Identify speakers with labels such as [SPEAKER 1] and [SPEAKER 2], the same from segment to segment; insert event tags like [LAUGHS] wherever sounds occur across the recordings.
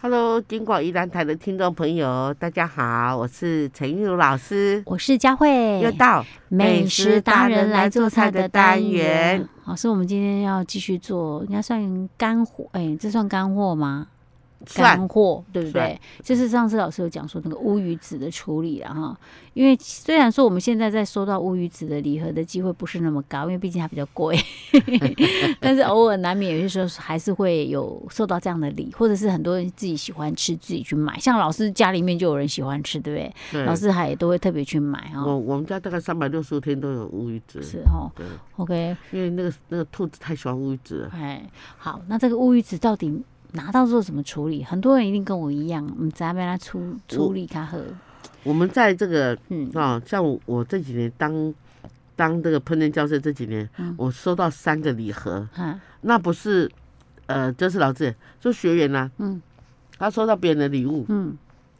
[SPEAKER 1] Hello，金广宜兰台的听众朋友，大家好，我是陈玉茹老师，
[SPEAKER 2] 我是佳慧，
[SPEAKER 1] 又到
[SPEAKER 2] 美食达人来做菜的单元。。老师，我们今天要继续做，应该算干货，哎、这算干货吗？
[SPEAKER 1] 算
[SPEAKER 2] 干货对不
[SPEAKER 1] 算
[SPEAKER 2] 对？就是上次老师有讲说那个乌鱼子的处理了哈，因为虽然说我们现在在收到乌鱼子的礼盒的机会不是那么高，因为毕竟它比较 [LAUGHS] 贵，但是偶尔难免有些时候还是会有收到这样的礼，或者是很多人自己喜欢吃自己去买，像老师家里面就有人喜欢吃，对不对？
[SPEAKER 1] 对
[SPEAKER 2] 老，师还也都会特别去买哈、
[SPEAKER 1] 我我们家大概三百六十五天都有乌鱼子，
[SPEAKER 2] 是哦
[SPEAKER 1] 对，
[SPEAKER 2] ，OK，
[SPEAKER 1] 因为那个那个兔子太喜欢乌鱼子了。
[SPEAKER 2] 哎，好，那这个乌鱼子到底拿到之后怎么处理？很多人一定跟我一样，嗯，咱们来处处理它喝，
[SPEAKER 1] 我们在这个
[SPEAKER 2] 嗯，
[SPEAKER 1] 啊、像我我这几年当当这个烹饪教师这几年，
[SPEAKER 2] 嗯
[SPEAKER 1] 我收到三个礼盒，
[SPEAKER 2] 哈，
[SPEAKER 1] 那不是呃，就是老师就学员呐、啊
[SPEAKER 2] 嗯
[SPEAKER 1] 他收到别人的礼物，
[SPEAKER 2] 嗯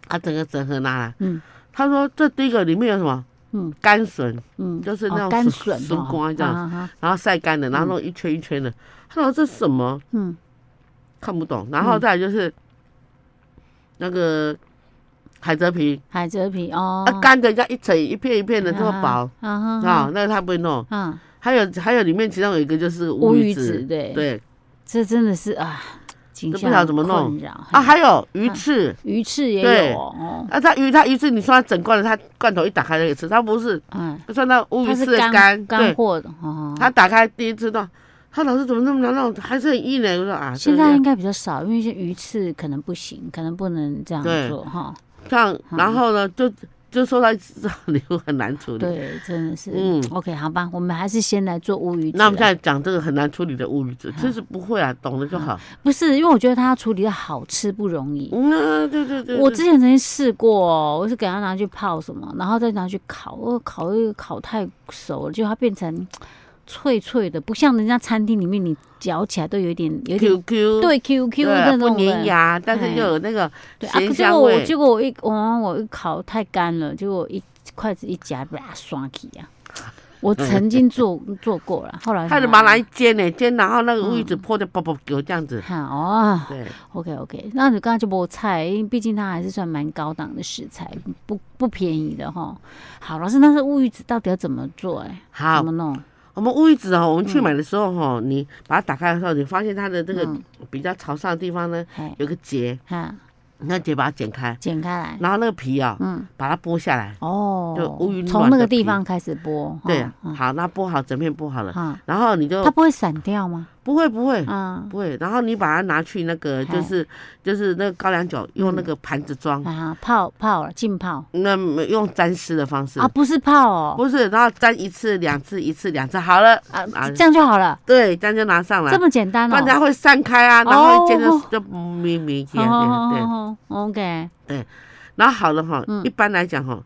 [SPEAKER 1] 他整个整盒拿来，
[SPEAKER 2] 嗯
[SPEAKER 1] 他说这第一个里面有什么
[SPEAKER 2] 嗯
[SPEAKER 1] 甘笋，
[SPEAKER 2] 嗯，
[SPEAKER 1] 就是
[SPEAKER 2] 哦
[SPEAKER 1] 那种
[SPEAKER 2] 干
[SPEAKER 1] 笋
[SPEAKER 2] 笋
[SPEAKER 1] 笋
[SPEAKER 2] 哦
[SPEAKER 1] 干这样
[SPEAKER 2] 啊哈
[SPEAKER 1] 然后晒干的，然后弄一圈一圈的，他说这什么
[SPEAKER 2] 嗯
[SPEAKER 1] 看不懂，然后再来就是、那个海蜇皮，
[SPEAKER 2] 海蜇皮哦，
[SPEAKER 1] 啊干的要一层一片一片的这么薄。
[SPEAKER 2] 啊哈
[SPEAKER 1] 啊、
[SPEAKER 2] 哈
[SPEAKER 1] 那个他不会弄，
[SPEAKER 2] 啊，
[SPEAKER 1] 还有还有里面其中有一个就是乌
[SPEAKER 2] 乌
[SPEAKER 1] 鱼
[SPEAKER 2] 鱼
[SPEAKER 1] 子
[SPEAKER 2] 子，嗯对，
[SPEAKER 1] 对
[SPEAKER 2] 这真的是啊，景
[SPEAKER 1] 都不
[SPEAKER 2] 象
[SPEAKER 1] 晓得怎么弄
[SPEAKER 2] 困扰
[SPEAKER 1] 啊，
[SPEAKER 2] 嘿
[SPEAKER 1] 还有鱼
[SPEAKER 2] 嗯
[SPEAKER 1] 翅
[SPEAKER 2] 鱼翅也
[SPEAKER 1] 对
[SPEAKER 2] 有哦，
[SPEAKER 1] 啊，它鱼它鱼翅你说它整罐的，它罐头一打开就可以吃，它不是，
[SPEAKER 2] 嗯，
[SPEAKER 1] 它算到乌鱼
[SPEAKER 2] 它
[SPEAKER 1] 翅
[SPEAKER 2] 是
[SPEAKER 1] 的
[SPEAKER 2] 干干
[SPEAKER 1] 对，
[SPEAKER 2] 货的哦。
[SPEAKER 1] 它打开第一次到，它老师怎么那么难弄，还是很硬呢？我说啊，
[SPEAKER 2] 现
[SPEAKER 1] 这个
[SPEAKER 2] 在应该比较少，因为一些鱼翅可能不行，可能不能这样
[SPEAKER 1] 对
[SPEAKER 2] 做哈。
[SPEAKER 1] 这样，然后呢就就收到一次礼物很难处理。
[SPEAKER 2] 对，真的是。
[SPEAKER 1] 嗯
[SPEAKER 2] OK，好吧，我们还是先来做乌鱼子啊。
[SPEAKER 1] 那我们现在讲这个很难处理的乌鱼子，其实不会啊，懂了就好。
[SPEAKER 2] 不是，因为我觉得它要处理的好吃不容易。
[SPEAKER 1] 嗯，啊对对对，
[SPEAKER 2] 我
[SPEAKER 1] 对
[SPEAKER 2] 之前曾经试过、哦，我是给它拿去泡什么，然后再拿去烤，我烤又烤太熟了，就它变成脆脆的，不像人家餐厅里面你嚼起来都有一点有一点
[SPEAKER 1] QQ
[SPEAKER 2] 对 Q Q
[SPEAKER 1] 对啊
[SPEAKER 2] 那
[SPEAKER 1] 不
[SPEAKER 2] 种
[SPEAKER 1] 粘
[SPEAKER 2] 的。
[SPEAKER 1] 牙，但是
[SPEAKER 2] 哎
[SPEAKER 1] 又有那个
[SPEAKER 2] 对啊，
[SPEAKER 1] 咸
[SPEAKER 2] 结
[SPEAKER 1] 香
[SPEAKER 2] 果我
[SPEAKER 1] 味。
[SPEAKER 2] 结果我一我我一烤太干了，结果我一筷子一夹，啪刷起啊！我曾经做做过了，后来
[SPEAKER 1] 他就拿来煎呢，煎然后那个乌鱼
[SPEAKER 2] 嗯
[SPEAKER 1] 子泼的啵啵有这样子。
[SPEAKER 2] 看哦，
[SPEAKER 1] 对，
[SPEAKER 2] OK OK，那你刚才就不菜，因为毕竟它还是算蛮高档的食材，不不便宜的哈。好，老师，那是乌鱼子到底要怎么做、哎，
[SPEAKER 1] 好
[SPEAKER 2] 怎，么弄？
[SPEAKER 1] 我们乌鱼子哦，我们去买的时候哈、哦，你把它打开的时候，你发现它的这个
[SPEAKER 2] 嗯
[SPEAKER 1] 比较朝上的地方呢，
[SPEAKER 2] 哎，
[SPEAKER 1] 有个结，
[SPEAKER 2] 哈，
[SPEAKER 1] 那结把它剪开，
[SPEAKER 2] 剪开来，
[SPEAKER 1] 然后那个皮啊、
[SPEAKER 2] 嗯，
[SPEAKER 1] 把它剥下来。
[SPEAKER 2] 哦，
[SPEAKER 1] 就乌鱼卵
[SPEAKER 2] 从那
[SPEAKER 1] 的
[SPEAKER 2] 个地
[SPEAKER 1] 皮
[SPEAKER 2] 方开始剥，
[SPEAKER 1] 对，啊
[SPEAKER 2] 哈
[SPEAKER 1] 好，那剥好整片剥好了，
[SPEAKER 2] 啊，
[SPEAKER 1] 然后你就
[SPEAKER 2] 哦嗯它不会散掉吗？
[SPEAKER 1] 不会不会
[SPEAKER 2] 啊
[SPEAKER 1] 不会，然后你把它拿去那个
[SPEAKER 2] 哎
[SPEAKER 1] 就是就是那个高粱酒，用那
[SPEAKER 2] 嗯
[SPEAKER 1] 个盘子装，
[SPEAKER 2] 啊，泡泡了，浸泡
[SPEAKER 1] 那么用沾湿的方式
[SPEAKER 2] 嗯啊，，不是泡哦，
[SPEAKER 1] 不是，然后沾一次两次一次两次好了，
[SPEAKER 2] 啊
[SPEAKER 1] 啊，
[SPEAKER 2] 这样就好了，
[SPEAKER 1] 对，这样就拿上来
[SPEAKER 2] 这。么简单
[SPEAKER 1] 不
[SPEAKER 2] 哦
[SPEAKER 1] 然。它会散开啊，然后一见就
[SPEAKER 2] 哦 [LAUGHS]
[SPEAKER 1] 就咪咪起
[SPEAKER 2] 哦
[SPEAKER 1] 来，对对。
[SPEAKER 2] 哦哦，OK，
[SPEAKER 1] 然后好了哈，
[SPEAKER 2] 嗯
[SPEAKER 1] 一般来讲哈，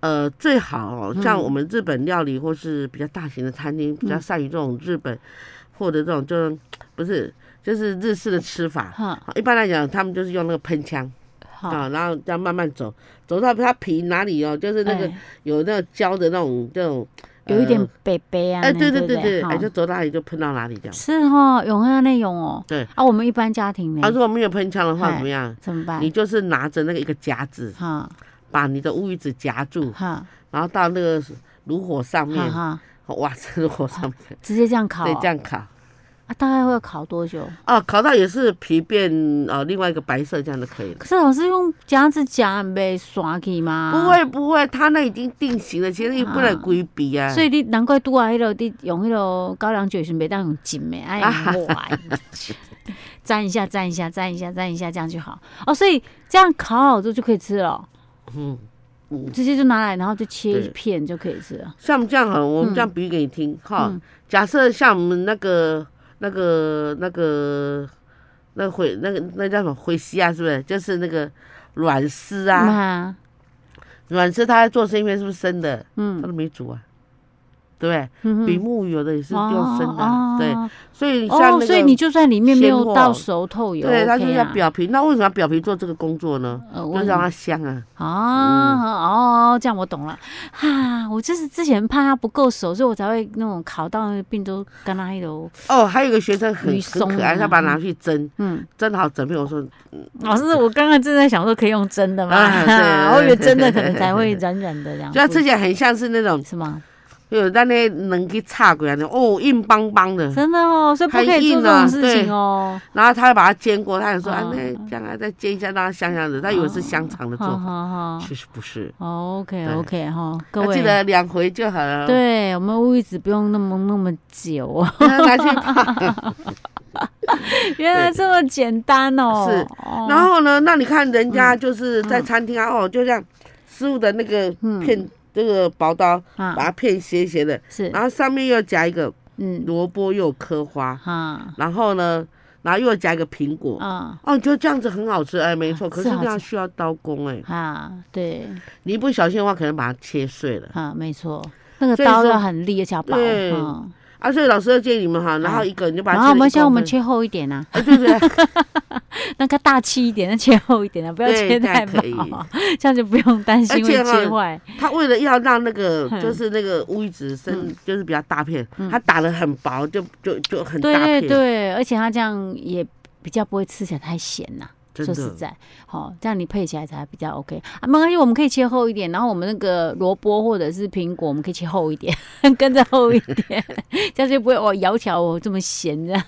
[SPEAKER 1] 呃，最好哦像
[SPEAKER 2] 嗯
[SPEAKER 1] 我们日本料理或是比较大型的餐厅，比较善于这种日本或者这种就是不是就是日式的吃法。
[SPEAKER 2] 哈，
[SPEAKER 1] 好一般来讲，他们就是用那个喷枪
[SPEAKER 2] 好，
[SPEAKER 1] 啊，然后这样慢慢走，走到它皮哪里哦，就是那个
[SPEAKER 2] 哎
[SPEAKER 1] 有那个胶的那种这种，
[SPEAKER 2] 有一点
[SPEAKER 1] 呃
[SPEAKER 2] 北北啊，
[SPEAKER 1] 哎，对
[SPEAKER 2] 对
[SPEAKER 1] 对对
[SPEAKER 2] 不
[SPEAKER 1] 对，
[SPEAKER 2] 哈
[SPEAKER 1] 哎，就走到哪里就喷到哪里这样。
[SPEAKER 2] 是哦，永安内容哦。
[SPEAKER 1] 对
[SPEAKER 2] 啊，我们一般家庭
[SPEAKER 1] 啊，
[SPEAKER 2] 呢
[SPEAKER 1] 如果没有喷枪的话，
[SPEAKER 2] 哎
[SPEAKER 1] 怎么样？
[SPEAKER 2] 怎么办
[SPEAKER 1] 你？就是拿着那个一个夹子，
[SPEAKER 2] 哈
[SPEAKER 1] 把你的乌鱼子夹住，
[SPEAKER 2] 哈
[SPEAKER 1] 然后到那个炉火上
[SPEAKER 2] 哈
[SPEAKER 1] 面，
[SPEAKER 2] 哈，
[SPEAKER 1] 哇，这炉火上面，
[SPEAKER 2] 直接这样烤哦。
[SPEAKER 1] 对，这样烤。
[SPEAKER 2] 啊，大概会烤多久？
[SPEAKER 1] 哦，烤到也是皮变呃另外一个白色这样就可以了。
[SPEAKER 2] 可是老师用夹子夹没刷去吗？
[SPEAKER 1] 不。会不会，它那已经定型了，其实你不能规避啊。
[SPEAKER 2] 所以你难怪拄啊，迄落你用迄落高粱酒是袂当用浸的，
[SPEAKER 1] [LAUGHS]
[SPEAKER 2] 哎
[SPEAKER 1] 啊
[SPEAKER 2] 用抹的，沾一下，沾一下，沾一下，沾一下，这样就好。哦，所以这样烤好之后就可以吃了哦，
[SPEAKER 1] 嗯嗯，
[SPEAKER 2] 直接就拿来，然后就切一
[SPEAKER 1] 对
[SPEAKER 2] 片就可以吃了。
[SPEAKER 1] 像我们这样好了，我们这样比喻给你听哈
[SPEAKER 2] 嗯。
[SPEAKER 1] 假设像我们那个那个那个那回那个那叫什么回西啊，是不是？就是那个软丝啊，
[SPEAKER 2] 啊，
[SPEAKER 1] 软丝它在做生意面是不是生的？它
[SPEAKER 2] 嗯， [LAUGHS]
[SPEAKER 1] 都没煮啊。对不对？比目鱼有的也是用生的啊，对，
[SPEAKER 2] 哦
[SPEAKER 1] 所以像那
[SPEAKER 2] 哦，
[SPEAKER 1] 个，
[SPEAKER 2] 所以你就算里面没
[SPEAKER 1] 鲜
[SPEAKER 2] 有
[SPEAKER 1] 货
[SPEAKER 2] 到熟透油，
[SPEAKER 1] 对，它
[SPEAKER 2] OK
[SPEAKER 1] 就是要
[SPEAKER 2] 啊，
[SPEAKER 1] 表皮。那为什么要表皮做这个工作呢？
[SPEAKER 2] 呃，
[SPEAKER 1] 就
[SPEAKER 2] 我
[SPEAKER 1] 让它香啊。
[SPEAKER 2] 啊，哦，这样我懂了哈。我就是之前怕它不够熟，所以我才会那种烤到那个病都干那一楼。
[SPEAKER 1] 哦，还有一个学生很很
[SPEAKER 2] 鱼松
[SPEAKER 1] 可爱，
[SPEAKER 2] 啊
[SPEAKER 1] 他把它拿去蒸，
[SPEAKER 2] 嗯，
[SPEAKER 1] 蒸好整片。我说
[SPEAKER 2] 老师，我刚刚正在想说可以用蒸的吗？
[SPEAKER 1] 啊对
[SPEAKER 2] [LAUGHS] 我以为蒸的可能才会软软的这样。嗯
[SPEAKER 1] 就它吃起来很像是那种，
[SPEAKER 2] 是吗？
[SPEAKER 1] 有那那能给叉过来的，哦，硬邦邦的。
[SPEAKER 2] 真的哦，所以不可以做这种事情哦。
[SPEAKER 1] 然后他会把它煎过，他想说啊
[SPEAKER 2] 啊，
[SPEAKER 1] 那这样啊，再煎一下，让它香香的。他以为是香肠的做法，
[SPEAKER 2] 好
[SPEAKER 1] 其实不是。
[SPEAKER 2] 好，OK
[SPEAKER 1] 对
[SPEAKER 2] OK 哦哈，哦各
[SPEAKER 1] 那
[SPEAKER 2] 位
[SPEAKER 1] 记得两回就好了。， [LAUGHS]
[SPEAKER 2] 对我们乌鱼子不用那么那么久，啊
[SPEAKER 1] 拿去
[SPEAKER 2] 哦
[SPEAKER 1] 烫。
[SPEAKER 2] [LAUGHS] 原来这么简单哦。
[SPEAKER 1] 是
[SPEAKER 2] 哦，
[SPEAKER 1] [LAUGHS] 然后呢，那你看人家
[SPEAKER 2] 嗯
[SPEAKER 1] 就是在餐厅啊，哦，就这样，师傅的那个
[SPEAKER 2] 嗯
[SPEAKER 1] 片，这个薄刀，
[SPEAKER 2] 啊
[SPEAKER 1] 把它片斜斜的，
[SPEAKER 2] 是
[SPEAKER 1] 然后上面又夹一个
[SPEAKER 2] 嗯
[SPEAKER 1] 萝卜又颗花，
[SPEAKER 2] 哈
[SPEAKER 1] 然后呢，然后又夹一个苹果。
[SPEAKER 2] 啊
[SPEAKER 1] 哦，你觉得这样子很好吃？哎，没错，
[SPEAKER 2] 啊
[SPEAKER 1] 可
[SPEAKER 2] 是
[SPEAKER 1] 是
[SPEAKER 2] 好吃
[SPEAKER 1] 这样需要刀工哎，
[SPEAKER 2] 啊对
[SPEAKER 1] 你一不小心的话，可能把它切碎了
[SPEAKER 2] 啊没错，那个
[SPEAKER 1] 所以
[SPEAKER 2] 刀
[SPEAKER 1] 说
[SPEAKER 2] 要很利而且要薄。
[SPEAKER 1] 对
[SPEAKER 2] 嗯
[SPEAKER 1] 啊。所以老师要建议你们哈，然后一个你就把它切
[SPEAKER 2] 啊然后我们
[SPEAKER 1] 一
[SPEAKER 2] 像我
[SPEAKER 1] 公
[SPEAKER 2] 们
[SPEAKER 1] 分
[SPEAKER 2] 切厚一点啊，
[SPEAKER 1] 哎，对对
[SPEAKER 2] [LAUGHS]
[SPEAKER 1] 对
[SPEAKER 2] 那个大气一点，那切厚一点啊，不要
[SPEAKER 1] 对
[SPEAKER 2] 切
[SPEAKER 1] 那
[SPEAKER 2] 太薄
[SPEAKER 1] 可以，
[SPEAKER 2] [LAUGHS] 这样就不用担心
[SPEAKER 1] 而
[SPEAKER 2] 会
[SPEAKER 1] 且哈
[SPEAKER 2] 切坏。
[SPEAKER 1] 他为了要让那个
[SPEAKER 2] 嗯
[SPEAKER 1] 就是那个乌鱼子生就是比较大片，他打的很薄，就就就很大片，
[SPEAKER 2] 对对对，而且它这样也比较不会吃起来太咸啊呐、
[SPEAKER 1] 真
[SPEAKER 2] 说实
[SPEAKER 1] 的。
[SPEAKER 2] 在，好、这样你配起来才比较 OK 啊。没关系，我们可以切厚一点，然后我们那个萝卜或者是苹果，我们可以切厚一点， [LAUGHS] 跟着厚一点，这样就不会哦咬起来哦这么咸
[SPEAKER 1] [LAUGHS]
[SPEAKER 2] 这样。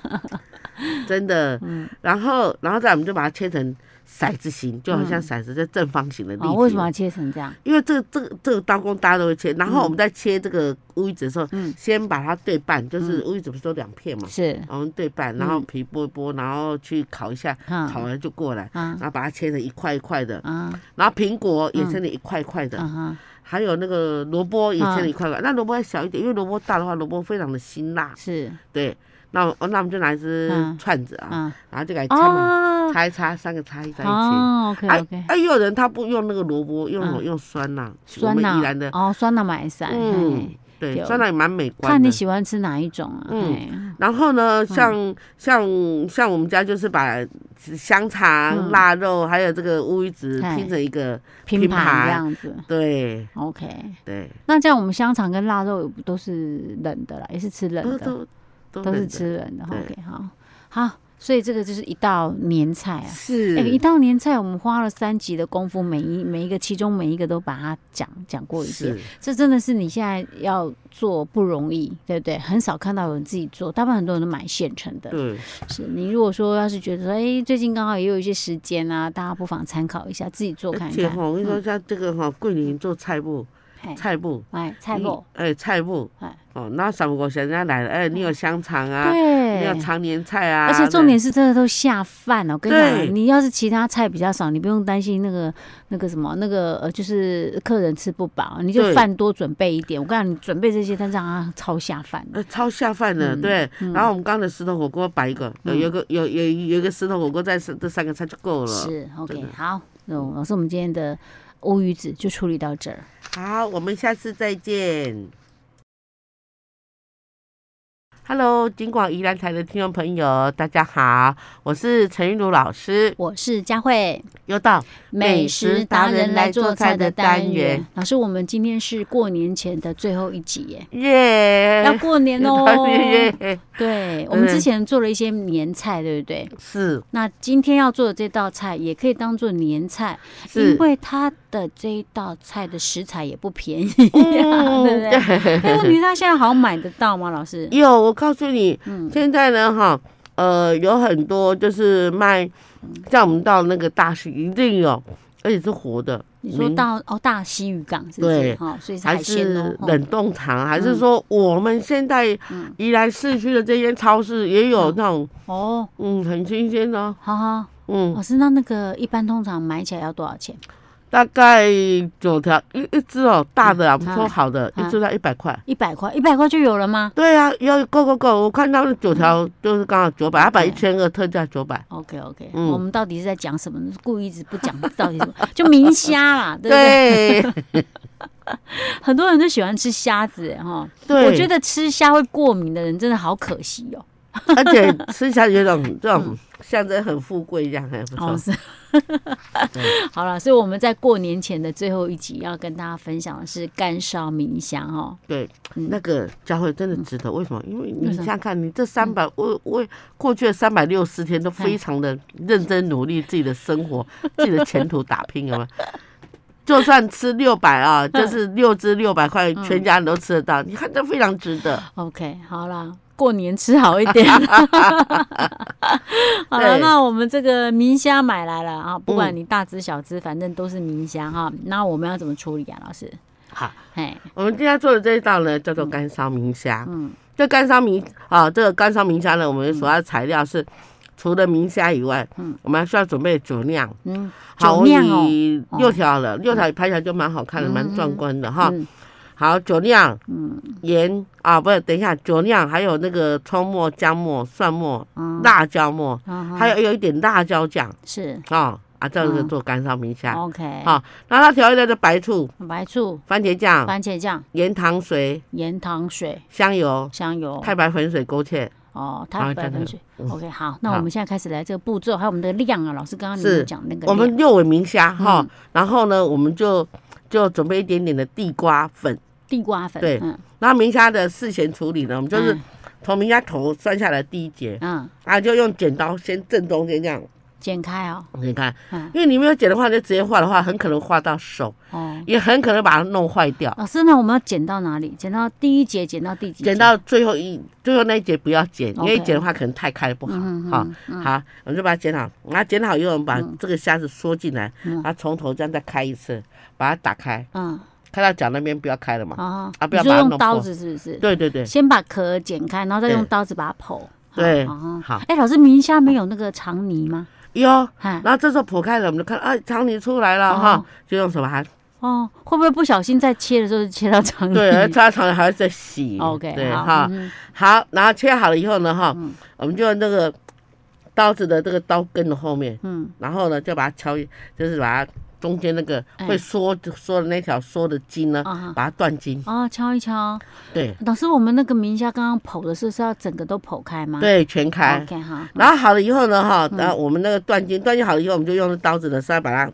[SPEAKER 1] 真的，
[SPEAKER 2] 嗯
[SPEAKER 1] 然后然后再我们就把它切成骰子形，就好像骰子在正方形的立体。
[SPEAKER 2] 嗯啊，为什么要切成这样？
[SPEAKER 1] 因为这个这个这个刀工大家都会切，然
[SPEAKER 2] 嗯
[SPEAKER 1] 后我们在切这个乌鱼子的时候，先把它对半，
[SPEAKER 2] 嗯
[SPEAKER 1] 就是乌鱼子不是都两片嘛，
[SPEAKER 2] 是
[SPEAKER 1] 然后对半，然后
[SPEAKER 2] 嗯
[SPEAKER 1] 皮剥一剥，然后去烤一下，烤
[SPEAKER 2] 啊
[SPEAKER 1] 完就过来，
[SPEAKER 2] 啊
[SPEAKER 1] 然后把它切成一块一块的，
[SPEAKER 2] 啊
[SPEAKER 1] 然后苹果也切成一块一块的，
[SPEAKER 2] 啊哈！
[SPEAKER 1] 还有那个萝卜也切成一块一
[SPEAKER 2] 嗯
[SPEAKER 1] 块，那萝卜要小一点，因为萝卜大的话，萝卜非常的辛辣，
[SPEAKER 2] 是
[SPEAKER 1] 对。那我那我们就拿一只
[SPEAKER 2] 嗯
[SPEAKER 1] 串子啊，
[SPEAKER 2] 啊
[SPEAKER 1] 然后就给它插满
[SPEAKER 2] 啊
[SPEAKER 1] 擦一擦，三个擦一在一起。
[SPEAKER 2] 啊！OK
[SPEAKER 1] 哎
[SPEAKER 2] OK，
[SPEAKER 1] 哎，也有人他不用那个萝卜，用什么
[SPEAKER 2] 嗯
[SPEAKER 1] 用酸呐？我
[SPEAKER 2] 酸
[SPEAKER 1] 们
[SPEAKER 2] 辣
[SPEAKER 1] 宜兰的，
[SPEAKER 2] 哦，酸辣买散，
[SPEAKER 1] 嗯
[SPEAKER 2] 嘿，
[SPEAKER 1] 对，
[SPEAKER 2] 对
[SPEAKER 1] 酸辣也蛮美观
[SPEAKER 2] 看
[SPEAKER 1] 的
[SPEAKER 2] 你。喜欢吃哪一种啊？
[SPEAKER 1] 嗯
[SPEAKER 2] 嘿
[SPEAKER 1] 然后呢，像像像我们家就是把香
[SPEAKER 2] 嗯
[SPEAKER 1] 肠、腊肉还有这个乌鱼子
[SPEAKER 2] 哎
[SPEAKER 1] 拼成一个，
[SPEAKER 2] 拼
[SPEAKER 1] 拼
[SPEAKER 2] 盘这
[SPEAKER 1] 盘
[SPEAKER 2] 样子
[SPEAKER 1] 对
[SPEAKER 2] ，OK。
[SPEAKER 1] 对，
[SPEAKER 2] 那这样我们香肠跟腊肉都是冷的啦，也是吃冷
[SPEAKER 1] 都
[SPEAKER 2] 的，
[SPEAKER 1] 都都
[SPEAKER 2] 都是
[SPEAKER 1] 冷的
[SPEAKER 2] 吃冷的。
[SPEAKER 1] 对
[SPEAKER 2] OK，好，好，所以这个就是一道年菜啊。
[SPEAKER 1] 是
[SPEAKER 2] 哎、一道年菜，我们花了三集的功夫，每一每一个，其中每一个都把它讲讲过一遍。
[SPEAKER 1] 是
[SPEAKER 2] 这真的是你现在要做不容易，对不对？很少看到有人自己做，大部分很多人都买现成的。
[SPEAKER 1] 对
[SPEAKER 2] 是你如果说要是觉得说，哎、最近刚好也有一些时间啊，大家不妨参考一下，自己做看
[SPEAKER 1] 而
[SPEAKER 2] 一
[SPEAKER 1] 且
[SPEAKER 2] 看嗯
[SPEAKER 1] 哈，。我跟你说，像这个哈，桂林做菜布，
[SPEAKER 2] 哎，
[SPEAKER 1] 菜布，
[SPEAKER 2] 哎，菜
[SPEAKER 1] 你
[SPEAKER 2] 肉，，
[SPEAKER 1] 哎，菜布
[SPEAKER 2] 哎，
[SPEAKER 1] 哦，那三不五时人家来了，哎，你有香肠啊，你有
[SPEAKER 2] 嗯对，
[SPEAKER 1] 常年菜啊，
[SPEAKER 2] 而且重点是真的都下饭哦。我跟你
[SPEAKER 1] 对
[SPEAKER 2] 讲，你要是其他菜比较少，你不用担心那个那个什么那个呃，就是客人吃不饱，你就
[SPEAKER 1] 对
[SPEAKER 2] 饭多准备一点。我告诉你，准备这些，但让他超下饭的。
[SPEAKER 1] 呃，超下饭的，
[SPEAKER 2] 嗯
[SPEAKER 1] 对。然后我们刚才石头火锅摆一个，有有一个有有有一个石头火锅在这这三个菜就够了。
[SPEAKER 2] 是，OK，
[SPEAKER 1] 真的
[SPEAKER 2] 好，那我老师，我们今天的乌鱼子就处理到这儿。
[SPEAKER 1] 好，我们下次再见。Hello，金广宜兰台的听众朋友，大家好，我是陈玉茹老师，
[SPEAKER 2] 我是佳慧，
[SPEAKER 1] 又到
[SPEAKER 2] 美食达人来做菜的单元。老师，我们今天是过年前的最后一集耶，
[SPEAKER 1] 耶，
[SPEAKER 2] 嗯要过 [LAUGHS] 年哦。
[SPEAKER 1] 耶耶，
[SPEAKER 2] 对，我们
[SPEAKER 1] 对
[SPEAKER 2] 之前做了一些年菜，对不对？
[SPEAKER 1] 是
[SPEAKER 2] 那今天要做的这道菜也可以当做年菜，因
[SPEAKER 1] 是，
[SPEAKER 2] 为它的这一道菜的食材也不便宜、
[SPEAKER 1] [LAUGHS]
[SPEAKER 2] 哎
[SPEAKER 1] 嗯
[SPEAKER 2] 对不
[SPEAKER 1] [LAUGHS]
[SPEAKER 2] 对？但问题是它现在好买得到吗？老师？
[SPEAKER 1] 有，我告诉你，
[SPEAKER 2] 嗯
[SPEAKER 1] 现在呢，哈，呃，有很多就是卖，像我们到那个大溪一定有，而且是活的，
[SPEAKER 2] 你说
[SPEAKER 1] 明
[SPEAKER 2] 到哦大溪渔港是不是？
[SPEAKER 1] 对
[SPEAKER 2] 哈、所以是
[SPEAKER 1] 还
[SPEAKER 2] 海
[SPEAKER 1] 是
[SPEAKER 2] 鲜哦。哦
[SPEAKER 1] 冷冻藏，还是说我们现在宜兰市区的这些超市也有
[SPEAKER 2] 嗯
[SPEAKER 1] 那种，
[SPEAKER 2] 哦，
[SPEAKER 1] 嗯，很新鲜的哦，
[SPEAKER 2] 好好，
[SPEAKER 1] 嗯，
[SPEAKER 2] 老师，那那个一般通常买起来要多少钱？
[SPEAKER 1] 大概九条一一只哦，大的啊，不
[SPEAKER 2] 啊
[SPEAKER 1] 说好的，
[SPEAKER 2] 啊
[SPEAKER 1] 一只要一百块。
[SPEAKER 2] 一百块，一百块就有了吗
[SPEAKER 1] 对啊，要够够够！我看他们九条
[SPEAKER 2] 嗯
[SPEAKER 1] 就是刚好九百，啊他把一千个特价九百。
[SPEAKER 2] ？OK OK，、
[SPEAKER 1] 嗯
[SPEAKER 2] 我们到底 [LAUGHS] 是在讲什么？故意一直不讲到底什么，就明虾啦，对不对？
[SPEAKER 1] 对，
[SPEAKER 2] 很多人都喜欢吃虾子哈，
[SPEAKER 1] 对，
[SPEAKER 2] 我觉得吃虾会过敏的人真的好可惜哦。
[SPEAKER 1] [LAUGHS] 而
[SPEAKER 2] [LAUGHS]
[SPEAKER 1] 且吃起来有种这种象征很富贵一样，还不错
[SPEAKER 2] 嗯
[SPEAKER 1] [LAUGHS]
[SPEAKER 2] 哦，。是。 [LAUGHS] 好了，所以我们在过年前的最后一集要跟大家分享的是干烧冥香哦。
[SPEAKER 1] 对，
[SPEAKER 2] 嗯
[SPEAKER 1] 那个佳慧真的值得。为什么？因为你
[SPEAKER 2] 为什么
[SPEAKER 1] 想
[SPEAKER 2] 嗯
[SPEAKER 1] 想看，你这三百，我我过去的三百六十
[SPEAKER 2] 哎
[SPEAKER 1] 天都非常的认真努力自己的生活、自己的前途打拼，有没有？就算吃六百
[SPEAKER 2] [LAUGHS]
[SPEAKER 1] 啊，就是六只六百块，
[SPEAKER 2] 嗯
[SPEAKER 1] 全家人都吃得到，你看这非常值得。
[SPEAKER 2] OK，好啦，过年吃好一
[SPEAKER 1] [LAUGHS]
[SPEAKER 2] 点。 [LAUGHS] 好了，
[SPEAKER 1] 对
[SPEAKER 2] 那我们这个明虾买来了啊，不管
[SPEAKER 1] 嗯
[SPEAKER 2] 你大只小只，反正都是明虾哈。那我们要怎么处理啊，老师？
[SPEAKER 1] 好，
[SPEAKER 2] 嘿，
[SPEAKER 1] 我们今天做的这一道呢，叫做干烧明虾。
[SPEAKER 2] 嗯，
[SPEAKER 1] 这干烧明啊，这个干烧明虾呢，我们所要的材料是除了明虾以外，
[SPEAKER 2] 嗯
[SPEAKER 1] 我们还需要准备酒酿。
[SPEAKER 2] 嗯，
[SPEAKER 1] 好，
[SPEAKER 2] 酒
[SPEAKER 1] 我
[SPEAKER 2] 酿哦，
[SPEAKER 1] 以
[SPEAKER 2] 哦
[SPEAKER 1] 六条了，六条也拍起来就蛮好看的，蛮壮观的哈。
[SPEAKER 2] 嗯
[SPEAKER 1] 好，酒酿，盐啊，不是，等一下，酒酿还有那个葱末、姜末、蒜末、
[SPEAKER 2] 嗯，
[SPEAKER 1] 辣椒末，
[SPEAKER 2] 嗯
[SPEAKER 1] 还有有一点辣椒酱
[SPEAKER 2] 是
[SPEAKER 1] 啊啊，这样子
[SPEAKER 2] 嗯
[SPEAKER 1] 做干烧明虾。
[SPEAKER 2] OK，
[SPEAKER 1] 好，那它调味料的白醋、
[SPEAKER 2] 白醋、
[SPEAKER 1] 番茄酱、
[SPEAKER 2] 番茄酱、
[SPEAKER 1] 盐、糖水、
[SPEAKER 2] 盐、糖水、
[SPEAKER 1] 香油、
[SPEAKER 2] 香油、
[SPEAKER 1] 太白粉水勾芡。
[SPEAKER 2] 哦，
[SPEAKER 1] 好
[SPEAKER 2] 太白
[SPEAKER 1] 讲
[SPEAKER 2] 粉
[SPEAKER 1] 得
[SPEAKER 2] 水。
[SPEAKER 1] 嗯
[SPEAKER 2] OK，好，那
[SPEAKER 1] 好
[SPEAKER 2] 我们现在开始来这个步骤，还有我们的量啊，老师刚刚你
[SPEAKER 1] 是
[SPEAKER 2] 们讲那个
[SPEAKER 1] 我们
[SPEAKER 2] 量
[SPEAKER 1] 六尾明虾哈
[SPEAKER 2] 嗯，
[SPEAKER 1] 然后呢，我们就就准备一点点的地瓜粉。
[SPEAKER 2] 地瓜粉，
[SPEAKER 1] 对
[SPEAKER 2] 嗯
[SPEAKER 1] 然后明虾的事前处理呢，我们就是从明虾头钻下来第一节，
[SPEAKER 2] 嗯，
[SPEAKER 1] 啊，就用剪刀先正中间这样，
[SPEAKER 2] 剪开哦，
[SPEAKER 1] 你看，
[SPEAKER 2] 嗯
[SPEAKER 1] 因为你没有剪的话，就直接画的话，很可能画到手，
[SPEAKER 2] 哦。
[SPEAKER 1] 也很可能把它弄坏掉。
[SPEAKER 2] 老师，那我们要剪到哪里？剪到第一节，剪到第几节？
[SPEAKER 1] 剪到最后一最后那一节不要剪，因为
[SPEAKER 2] 嗯 OK
[SPEAKER 1] 剪的话可能太开不好。
[SPEAKER 2] 嗯
[SPEAKER 1] 好
[SPEAKER 2] 嗯嗯
[SPEAKER 1] 好，我们就把它剪好，然后剪好以后，我们把这个虾子缩进来，
[SPEAKER 2] 嗯
[SPEAKER 1] 然后从头这样再开一次，把它打开，
[SPEAKER 2] 嗯
[SPEAKER 1] 开到脚那边不要开了嘛。
[SPEAKER 2] 啊
[SPEAKER 1] 啊不
[SPEAKER 2] 你
[SPEAKER 1] 要
[SPEAKER 2] 说
[SPEAKER 1] 把它
[SPEAKER 2] 用
[SPEAKER 1] 弄
[SPEAKER 2] 刀
[SPEAKER 1] 破
[SPEAKER 2] 子是不是？，
[SPEAKER 1] 对对对，
[SPEAKER 2] 先把壳剪开，然后再用
[SPEAKER 1] 对
[SPEAKER 2] 刀子把它剖。
[SPEAKER 1] 对
[SPEAKER 2] 哦
[SPEAKER 1] 好
[SPEAKER 2] 哎，老师，明虾没有那个肠泥吗？
[SPEAKER 1] 哟。
[SPEAKER 2] 哎，
[SPEAKER 1] 然后这时候剖开了，我们就看啊，肠泥出来了哈
[SPEAKER 2] 哦，
[SPEAKER 1] 就用手把它
[SPEAKER 2] 哦，会不会不小心在切的时候就切到肠泥？哦
[SPEAKER 1] 对，哎而且它常常还要再洗。
[SPEAKER 2] 嗯 [LAUGHS] ，OK，
[SPEAKER 1] 对
[SPEAKER 2] 好
[SPEAKER 1] 哈，
[SPEAKER 2] 嗯
[SPEAKER 1] 好，然后切好了以后呢，哈，我们就用那个刀子的这个刀根的后面，
[SPEAKER 2] 嗯，
[SPEAKER 1] 然后呢就把它敲，就是把它中间那个
[SPEAKER 2] 哎
[SPEAKER 1] 会缩缩的那条缩的筋呢，
[SPEAKER 2] 啊哈
[SPEAKER 1] 把它断筋。
[SPEAKER 2] 哦，敲一敲。
[SPEAKER 1] 对
[SPEAKER 2] 老师，我们那个明虾刚刚剖的时候是要整个都剖开吗？
[SPEAKER 1] 对，全开。
[SPEAKER 2] ，OK 嗯哈，
[SPEAKER 1] 然后好了以后呢，哈，然后我们那个断筋，断筋好了以后，我们就用刀子呢，稍微把它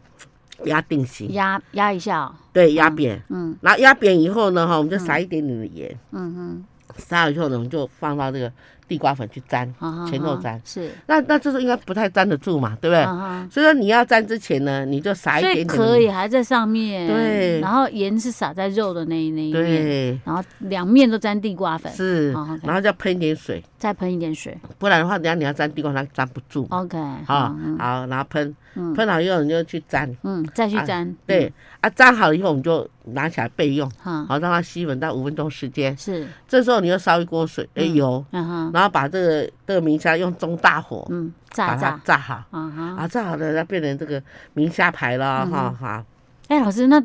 [SPEAKER 1] 压定型，
[SPEAKER 2] 压压一下、哦，
[SPEAKER 1] 对，压扁。
[SPEAKER 2] 嗯
[SPEAKER 1] 然后压扁以后呢，哈，我们就撒一点点的盐，
[SPEAKER 2] 嗯
[SPEAKER 1] 撒了以后呢，我们就放到这个地瓜粉去沾。
[SPEAKER 2] 嗯，啊
[SPEAKER 1] 前后沾
[SPEAKER 2] 是，
[SPEAKER 1] 那那这时候应该不太粘得住嘛，对不对？
[SPEAKER 2] 啊
[SPEAKER 1] 所以说你要沾之前呢，你就撒
[SPEAKER 2] 哈，
[SPEAKER 1] 一
[SPEAKER 2] 所
[SPEAKER 1] 点
[SPEAKER 2] 以
[SPEAKER 1] 点的
[SPEAKER 2] 壳也还在上面，
[SPEAKER 1] 对
[SPEAKER 2] 然后盐是撒在肉的那一那一面，
[SPEAKER 1] 对，
[SPEAKER 2] 然后两面都沾地瓜粉，
[SPEAKER 1] 是
[SPEAKER 2] 哦，OK，
[SPEAKER 1] 然后再喷一点水，
[SPEAKER 2] 再喷一点水
[SPEAKER 1] 不然的话，等下你要沾地瓜它粘不住嘛。
[SPEAKER 2] ，OK，
[SPEAKER 1] 啊
[SPEAKER 2] 哦好，嗯，
[SPEAKER 1] 好，然后喷
[SPEAKER 2] 嗯，
[SPEAKER 1] 喷好以后你就去沾，
[SPEAKER 2] 嗯，再去
[SPEAKER 1] 啊
[SPEAKER 2] 沾，
[SPEAKER 1] 对，啊，沾好了以后我们就拿起来备用，
[SPEAKER 2] 嗯，哈，
[SPEAKER 1] 好，让它吸粉到五分钟时间。
[SPEAKER 2] 是，
[SPEAKER 1] 这时候你就烧一锅水，哎
[SPEAKER 2] 嗯
[SPEAKER 1] 油，
[SPEAKER 2] 嗯哈，
[SPEAKER 1] 然后把这个这个明啊虾用中大火
[SPEAKER 2] 嗯，
[SPEAKER 1] 把
[SPEAKER 2] 炸
[SPEAKER 1] 它
[SPEAKER 2] 炸，
[SPEAKER 1] 炸好，
[SPEAKER 2] 啊哈，
[SPEAKER 1] 啊，炸好了它变成这个明虾排了
[SPEAKER 2] 嗯
[SPEAKER 1] 哈，好，
[SPEAKER 2] 哎，老师，那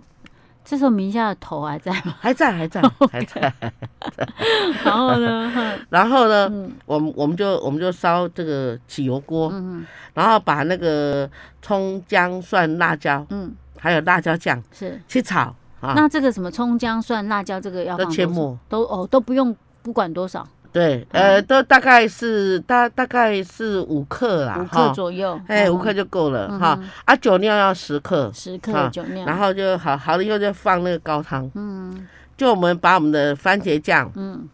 [SPEAKER 2] 这时候明虾的头还在
[SPEAKER 1] [LAUGHS]
[SPEAKER 2] 吗？
[SPEAKER 1] 还在还
[SPEAKER 2] [LAUGHS]
[SPEAKER 1] 在还在。
[SPEAKER 2] 然后呢，哼
[SPEAKER 1] 然后呢，
[SPEAKER 2] 嗯
[SPEAKER 1] 我们我们就我们就烧这个起油锅，
[SPEAKER 2] 嗯
[SPEAKER 1] 然后把那个葱、姜、蒜、辣椒，
[SPEAKER 2] 嗯，
[SPEAKER 1] 还有辣椒酱
[SPEAKER 2] 是。
[SPEAKER 1] 去炒啊。
[SPEAKER 2] 那这个什么葱姜蒜辣椒这个要
[SPEAKER 1] 都
[SPEAKER 2] 放
[SPEAKER 1] 切
[SPEAKER 2] 多少
[SPEAKER 1] 末，
[SPEAKER 2] 都哦都不用不管多少，
[SPEAKER 1] 对，
[SPEAKER 2] 嗯
[SPEAKER 1] 呃，都大概是大大概是五克啦，
[SPEAKER 2] 五
[SPEAKER 1] 哈
[SPEAKER 2] 克左右，
[SPEAKER 1] 啊哎，
[SPEAKER 2] 嗯
[SPEAKER 1] 五克就够了
[SPEAKER 2] 嗯
[SPEAKER 1] 哈。啊，酒酿要十克，
[SPEAKER 2] 十克
[SPEAKER 1] 啊
[SPEAKER 2] 的酒酿，
[SPEAKER 1] 然后就好好了以后就放那个高汤，
[SPEAKER 2] 嗯
[SPEAKER 1] 就我们把我们的番茄酱、
[SPEAKER 2] 嗯，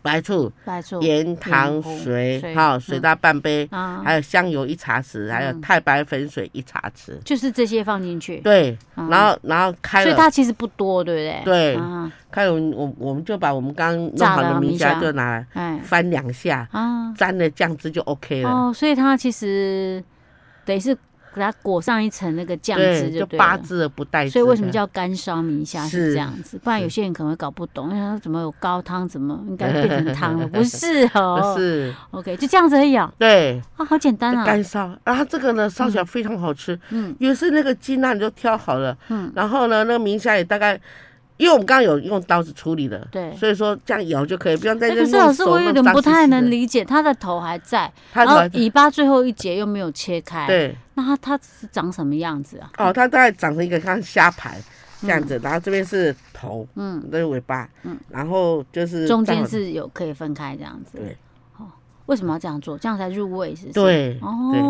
[SPEAKER 1] 白醋、
[SPEAKER 2] 白醋
[SPEAKER 1] 盐、糖、
[SPEAKER 2] 红
[SPEAKER 1] 水，
[SPEAKER 2] 水
[SPEAKER 1] 哈，水
[SPEAKER 2] 嗯
[SPEAKER 1] 大半杯，
[SPEAKER 2] 啊，
[SPEAKER 1] 还有香油一茶匙，还有
[SPEAKER 2] 嗯
[SPEAKER 1] 太白粉水一茶匙。
[SPEAKER 2] 就是这些放进去，
[SPEAKER 1] 对，
[SPEAKER 2] 嗯
[SPEAKER 1] 然后然后开
[SPEAKER 2] 所以
[SPEAKER 1] 了，
[SPEAKER 2] 它其实不多，对不对？
[SPEAKER 1] 对
[SPEAKER 2] 啊，
[SPEAKER 1] 开了我们我我们就把我们刚弄
[SPEAKER 2] 炸
[SPEAKER 1] 好的
[SPEAKER 2] 了
[SPEAKER 1] 明
[SPEAKER 2] 米
[SPEAKER 1] 虾
[SPEAKER 2] 虾
[SPEAKER 1] 就拿来
[SPEAKER 2] 哎
[SPEAKER 1] 翻两下，
[SPEAKER 2] 啊
[SPEAKER 1] 沾了酱汁就 OK 了。
[SPEAKER 2] 哦，所以它其实等于是给它裹上一层那个酱汁
[SPEAKER 1] 对，
[SPEAKER 2] 就
[SPEAKER 1] 就
[SPEAKER 2] 对
[SPEAKER 1] 八
[SPEAKER 2] 了。
[SPEAKER 1] 字的不带汁的。
[SPEAKER 2] 所以为什么叫干烧米虾
[SPEAKER 1] 是
[SPEAKER 2] 是这样子？不然有些人可能会搞不懂，因为它怎么有高汤，怎么应该变成汤
[SPEAKER 1] [LAUGHS]
[SPEAKER 2] 了？不是哦，
[SPEAKER 1] 不是？
[SPEAKER 2] OK，就这样子而已啊，
[SPEAKER 1] 对，
[SPEAKER 2] 啊好简单啊，
[SPEAKER 1] 干烧，然后这个呢烧起来非常好吃。
[SPEAKER 2] 嗯
[SPEAKER 1] 也是那个筋啊，你就挑好了。
[SPEAKER 2] 嗯，
[SPEAKER 1] 然后呢，那个明虾也大概，因为我们刚刚有用刀子处理的，
[SPEAKER 2] 对
[SPEAKER 1] 所以说这样咬就可以，不用再那
[SPEAKER 2] 哎可
[SPEAKER 1] 边
[SPEAKER 2] 是老
[SPEAKER 1] 弄
[SPEAKER 2] 师，
[SPEAKER 1] 手
[SPEAKER 2] 我有
[SPEAKER 1] 弄
[SPEAKER 2] 点
[SPEAKER 1] 脏
[SPEAKER 2] 不
[SPEAKER 1] 兮
[SPEAKER 2] 太
[SPEAKER 1] 兮
[SPEAKER 2] 能
[SPEAKER 1] 的。
[SPEAKER 2] 理解，哦他的头还在，
[SPEAKER 1] 它
[SPEAKER 2] 然后
[SPEAKER 1] 软
[SPEAKER 2] 尾巴最后一节又没有切开，，
[SPEAKER 1] 对
[SPEAKER 2] 那它它是长什么样子啊？
[SPEAKER 1] 哦，它大概长成一个像虾排，这样子，然后这边是头，
[SPEAKER 2] 嗯，
[SPEAKER 1] 那是尾巴
[SPEAKER 2] 嗯，
[SPEAKER 1] 然后就是
[SPEAKER 2] 中间
[SPEAKER 1] 到
[SPEAKER 2] 是有可以分开这样子。哦
[SPEAKER 1] 对
[SPEAKER 2] 为什么要这样做？这样才入味，是不是？。
[SPEAKER 1] 对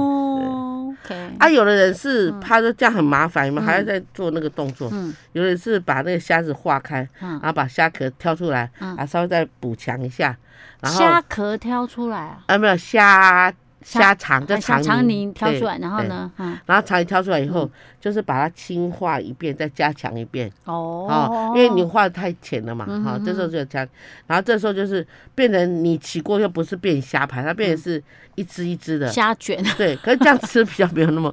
[SPEAKER 2] 哦，OK。
[SPEAKER 1] 啊，有的人是怕说这样很麻烦嘛，
[SPEAKER 2] 嗯
[SPEAKER 1] 还要再做那个动作；
[SPEAKER 2] 嗯
[SPEAKER 1] 有的人是把那个虾子化开，
[SPEAKER 2] 嗯
[SPEAKER 1] 然，后把虾壳挑出来，
[SPEAKER 2] 嗯
[SPEAKER 1] 啊，稍微再补强一下，然后
[SPEAKER 2] 虾壳挑出来啊，
[SPEAKER 1] 啊没有虾
[SPEAKER 2] 虾
[SPEAKER 1] 虾肠，就
[SPEAKER 2] 小
[SPEAKER 1] 肠
[SPEAKER 2] 肠泥挑出来，
[SPEAKER 1] 对
[SPEAKER 2] 然后
[SPEAKER 1] 对
[SPEAKER 2] 呢，嗯，
[SPEAKER 1] 然后肠泥挑出来以后，就是把它轻化一遍，再加强一遍
[SPEAKER 2] 哦
[SPEAKER 1] 哦，，因为你画的太浅了嘛，
[SPEAKER 2] 嗯
[SPEAKER 1] 哈
[SPEAKER 2] 哼，
[SPEAKER 1] 这时候就加，然后这时候就是变成你起锅又不是变虾排，它变成是一只一只的，
[SPEAKER 2] 虾卷，
[SPEAKER 1] 对，可是这样吃比较没有那么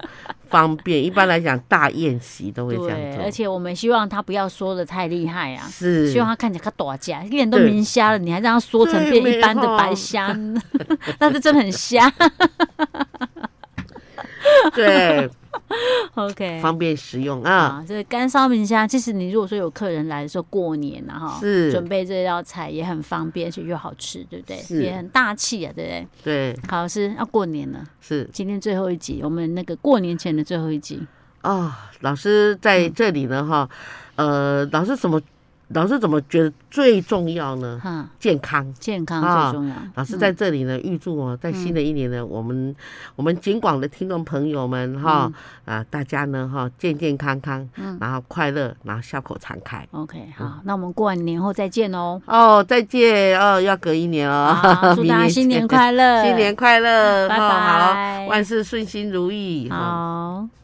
[SPEAKER 1] 方便。
[SPEAKER 2] [LAUGHS]
[SPEAKER 1] 一般来讲，大宴席都会这
[SPEAKER 2] 对，而
[SPEAKER 1] 样做，
[SPEAKER 2] 且我们希望他不要说的太厉害啊。
[SPEAKER 1] 是
[SPEAKER 2] 希望他看起来他大家，一脸都
[SPEAKER 1] 对
[SPEAKER 2] 明虾了，你还让他缩成
[SPEAKER 1] 对
[SPEAKER 2] 变
[SPEAKER 1] 没
[SPEAKER 2] 一般的白
[SPEAKER 1] 吼
[SPEAKER 2] 虾， [LAUGHS] 那是真的很虾。 [LAUGHS]
[SPEAKER 1] 对
[SPEAKER 2] [LAUGHS] OK，
[SPEAKER 1] 方便食用啊，
[SPEAKER 2] 啊，这个干烧明虾，其实你如果说有客人来的时候，过年然后
[SPEAKER 1] 是
[SPEAKER 2] 嗯哦准备这道菜也很方便，而且又好吃，对不对？
[SPEAKER 1] 是
[SPEAKER 2] 也很大气啊，对不对？
[SPEAKER 1] 对
[SPEAKER 2] 好，是要过年了，
[SPEAKER 1] 是
[SPEAKER 2] 今天最后一集，我们那个过年前的最后一集，
[SPEAKER 1] 哦。老师在
[SPEAKER 2] 嗯
[SPEAKER 1] 这里呢哈，呃，老师怎么老师怎么觉得最重要呢？
[SPEAKER 2] 哈，
[SPEAKER 1] 健康。
[SPEAKER 2] 健康
[SPEAKER 1] 啊
[SPEAKER 2] 最重要。
[SPEAKER 1] 老师在这里呢，预祝
[SPEAKER 2] 嗯
[SPEAKER 1] 哦，在新的一年呢，我们我们景广的听众朋友们哈
[SPEAKER 2] 嗯
[SPEAKER 1] 啊，大家呢哈健健康康，然后快乐，然后笑口常开。
[SPEAKER 2] OK，好，那我们过完年后再见哦。
[SPEAKER 1] 哦，再见哦，要隔一年哦 [LAUGHS]
[SPEAKER 2] 好，，祝大家新
[SPEAKER 1] 明
[SPEAKER 2] 年
[SPEAKER 1] 见
[SPEAKER 2] 快乐，
[SPEAKER 1] 新年快乐，
[SPEAKER 2] 拜
[SPEAKER 1] 哦
[SPEAKER 2] 拜
[SPEAKER 1] 好，万事顺心如意，哦
[SPEAKER 2] 好。